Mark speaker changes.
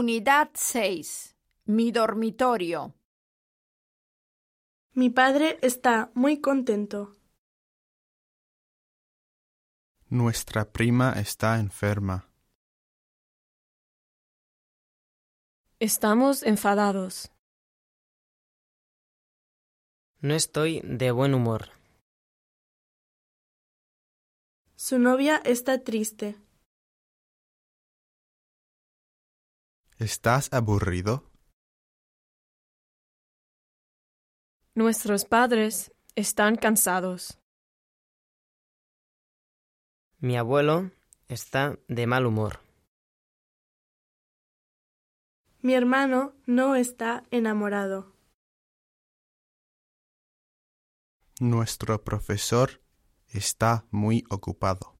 Speaker 1: Unidad 6. Mi dormitorio.
Speaker 2: Mi padre está muy contento.
Speaker 3: Nuestra prima está enferma.
Speaker 4: Estamos enfadados.
Speaker 5: No estoy de buen humor.
Speaker 2: Su novia está triste.
Speaker 3: ¿Estás aburrido?
Speaker 4: Nuestros padres están cansados.
Speaker 5: Mi abuelo está de mal humor.
Speaker 2: Mi hermano no está enamorado.
Speaker 3: Nuestro profesor está muy ocupado.